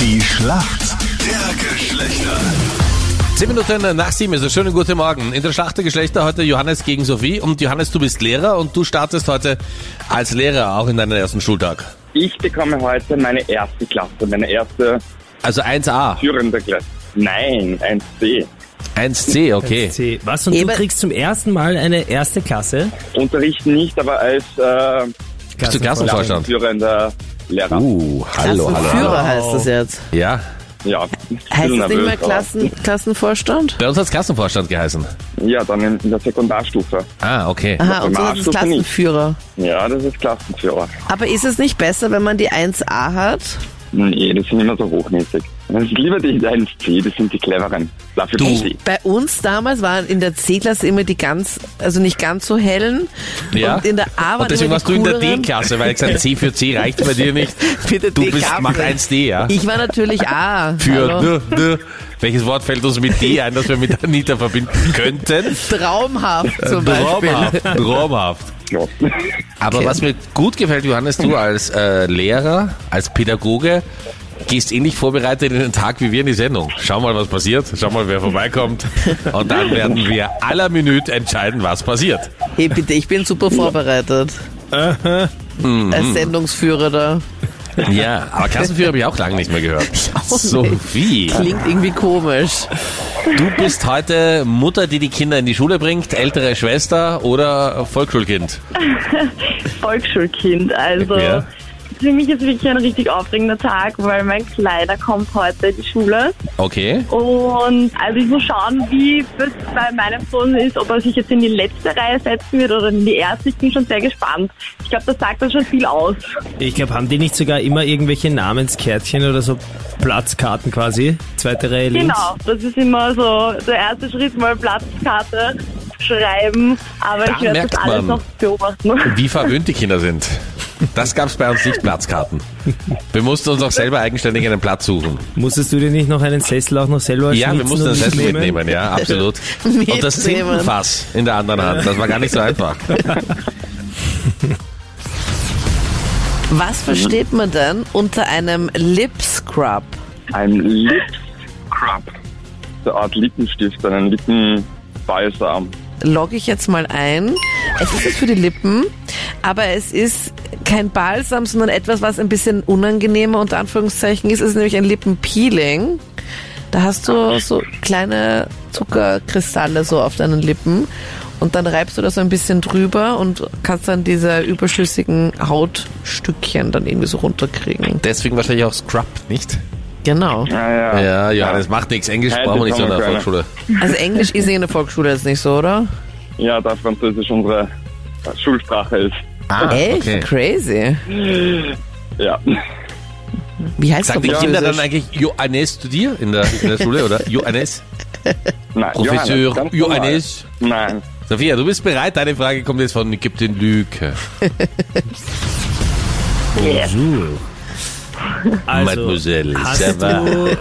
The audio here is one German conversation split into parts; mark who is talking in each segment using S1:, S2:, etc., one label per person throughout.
S1: Die Schlacht der Geschlechter.
S2: Zehn Minuten nach sieben, also schönen guten Morgen. In der Schlacht der Geschlechter heute Johannes gegen Sophie. Und Johannes, du bist Lehrer und du startest heute als Lehrer auch in deinen ersten Schultag.
S3: Ich bekomme heute meine erste Klasse, meine erste
S2: Also 1a,
S3: führende Klasse. Nein, 1c.
S2: 1c, okay.
S4: C. Was? Und
S5: Eben.
S4: du kriegst zum ersten Mal eine erste Klasse?
S3: Unterricht nicht, aber als äh,
S2: Bist du Klassenvorstand?
S3: führender Lehrer.
S2: Uh, hallo, hallo, hallo.
S5: Klassenführer heißt das jetzt.
S2: Ja,
S3: Ja.
S5: Heißt
S3: Bisschen
S5: es nicht
S3: nervös,
S5: mehr
S3: aber-
S5: Klassen, Klassenvorstand?
S2: bei uns hat's Klassenvorstand geheißen.
S3: Ja, dann in, in der Sekundarstufe.
S2: Ah, okay.
S5: Aha, und so
S3: Maß
S5: ist es
S3: tut man nicht.
S5: Klassenführer.
S3: Ja, das ist Klassenführer.
S5: Aber ist es nicht besser, wenn man die 1a hat?
S3: Nee, das sind immer so hochmäßig. Das ist lieber die 1c, das sind die cleveren. Dafür
S2: Du-
S3: bin ich.
S5: Bei uns damals waren in der C-Klasse immer die ganz, also nicht ganz so hellen.
S2: Ja.
S5: Und in der A waren
S2: Und deswegen
S5: immer
S2: warst
S5: die
S2: du in der
S5: cooleren.
S2: D-Klasse, weil ich gesagt C für C reicht bei dir nicht.
S5: Bitte,
S2: Du
S5: D
S2: bist,
S5: gab's
S2: macht
S5: nicht.
S2: 1D, ja?
S5: Ich war natürlich A.
S2: Für
S5: Hallo.
S2: d, d. Welches Wort fällt uns mit D ein, das wir mit Anita verbinden könnten?
S5: Traumhaft zum Beispiel.
S2: Äh, Traumhaft, traumhaft.
S3: Ja.
S2: Aber
S5: Okay.
S2: was mir gut gefällt, Johannes, du als äh, Lehrer, als Pädagoge, gehst ähnlich vorbereitet in den Tag wie wir in die Sendung. Schau mal, was passiert. Schau mal, wer vorbeikommt. Und dann werden wir aller Minute entscheiden, was passiert.
S5: Hey, bitte, ich bin super vorbereitet.
S2: Mhm.
S5: Als Sendungsführer da.
S2: Ja, aber Klassenführer habe ich auch lange nicht mehr gehört.
S5: nicht.
S2: Sophie,
S5: Klingt irgendwie komisch.
S2: du bist heute Mutter, die die Kinder in die Schule bringt, ältere Schwester oder Volksschulkind.
S6: Volksschulkind. Also
S2: Ja.
S6: für mich ist wirklich ein richtig aufregender Tag, weil mein Kleiner kommt heute in die Schule.
S2: Okay.
S6: Und also ich muss schauen, wie es bei meinem Sohn ist, ob er sich jetzt in die letzte Reihe setzen wird oder in die erste. Ich bin schon sehr gespannt. Ich glaube, das sagt dann schon viel aus.
S4: Ich glaube, haben die nicht sogar immer irgendwelche Namenskärtchen oder so Platzkarten quasi? Zweite Reihe links?
S6: Genau, das ist immer so der erste Schritt, mal Platzkarte schreiben. Aber
S2: Da
S6: ich werde
S2: merkt
S6: das alles
S2: man.
S6: noch beobachten.
S2: Wie verwöhnt die Kinder sind. Das gab es bei uns nicht, Platzkarten. Wir mussten uns auch selber eigenständig einen Platz suchen.
S4: Musstest du dir nicht noch einen Sessel auch noch selber
S2: Ja, wir
S4: schnitzen
S2: mussten
S4: und
S2: das Sessel
S4: mitnehmen?
S2: mitnehmen, ja, absolut. Und das
S5: Mitnehmen.
S2: Tintenfass in der anderen Hand, das war gar nicht so einfach.
S5: Was versteht man denn unter einem Lip Scrub?
S3: Ein Lipscrub. So eine Art Lippenstift, einen Lippenbalsam.
S5: Logge ich jetzt mal ein. Es ist jetzt für die Lippen, aber es ist kein Balsam, sondern etwas, was ein bisschen unangenehmer unter Anführungszeichen ist. Es ist nämlich ein Lippenpeeling. Da hast du so kleine Zuckerkristalle so auf deinen Lippen und dann reibst du das so ein bisschen drüber und kannst dann diese überschüssigen Hautstückchen dann irgendwie so runterkriegen.
S2: Deswegen wahrscheinlich auch Scrub, nicht?
S5: Genau.
S3: Ah, ja.
S2: Ja, ja, das macht nichts. Englisch
S3: Ja,
S2: brauchen wir nicht
S3: das
S2: so in der
S3: haben wir
S2: Volksschule.
S5: Also Englisch ist eh in der Volksschule jetzt nicht so, oder?
S3: ja, da Französisch unsere Schulsprache ist.
S5: Ah, Echt?
S2: Ah, okay.
S5: Crazy.
S3: Ja.
S5: Wie heißt
S2: Sagen die
S5: das
S2: Kinder dann eigentlich Johannes zu dir in der, in der Schule, oder? Johannes?
S3: Nein, Johannes,
S2: Professor
S3: ganz normal.
S2: Johannes?
S3: Nein.
S2: Sophia, du bist bereit. Deine Frage kommt jetzt von Gibt den Lüke.
S4: Bonjour. Also,
S2: Mademoiselle, ça
S4: hast
S2: va?
S4: du...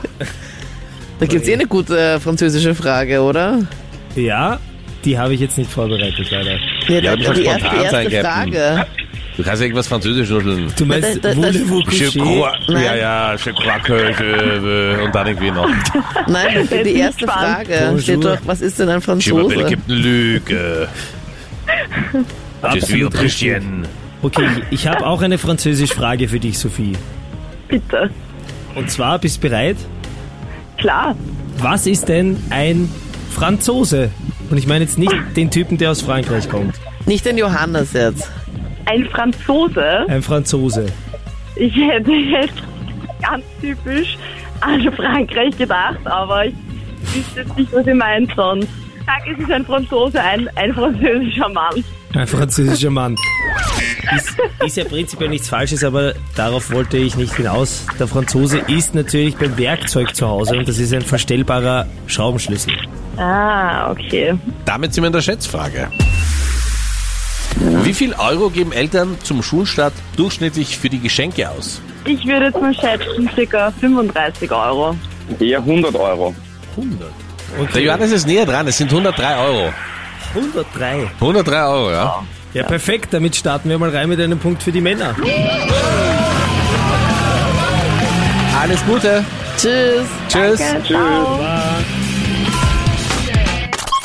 S5: Da gibt's eh eine gute französische Frage, oder?
S4: Ja, die habe ich jetzt nicht vorbereitet, leider.
S2: Ja, die muss
S5: die erste,
S2: spontan
S5: die erste
S2: sein, Captain.
S5: Frage.
S2: Du kannst irgendwas Französisch nudeln.
S4: Du meinst
S5: da- da-
S4: Voulez-vous
S2: Je
S4: coucher?
S2: crois- Ja, ja, je crois que je veux. Und dann irgendwie noch.
S5: Nein, die,
S6: Jetzt
S5: die
S6: bin
S5: erste
S6: ich gespannt.
S5: Frage
S4: Bonjour.
S5: steht doch, was ist denn ein
S2: Je m'appelle
S5: Franzose?
S2: Gibt den Lüke. Je suis
S4: Absolut richtig.
S2: Christian.
S4: Okay, ich habe auch eine französische Frage für dich, Sophie.
S6: Bitte.
S4: Und zwar, bist du bereit?
S6: Klar.
S4: Was ist denn ein Franzose? Und ich meine jetzt nicht den Typen, der aus Frankreich kommt.
S5: Nicht den Johannes jetzt.
S6: Ein Franzose
S4: Ein Franzose.
S6: Ich hätte jetzt ganz typisch an Frankreich gedacht, aber ich wüsste jetzt nicht, was ihr meint sonst. Sag, es ist ein Franzose, ein, ein französischer Mann.
S4: Ein französischer Mann. Ist, ist ja prinzipiell nichts Falsches, aber darauf wollte ich nicht hinaus. Der Franzose ist natürlich beim Werkzeug zu Hause und das ist ein verstellbarer Schraubenschlüssel.
S6: Ah, okay.
S2: Damit sind wir in der Schätzfrage. Wie viel Euro geben Eltern zum Schulstart durchschnittlich für die Geschenke aus?
S6: Ich würde jetzt mal schätzen, circa 35 Euro.
S3: Eher 100 Euro.
S4: 100.
S2: Der
S4: Okay.
S2: Johannes ist näher dran, es sind 103 Euro.
S4: 103.
S2: 103 Euro, ja?
S4: Ja, perfekt. Damit starten wir mal rein mit einem Punkt für die Männer.
S2: Alles Gute.
S5: Tschüss.
S2: Tschüss.
S5: Danke, Ciao.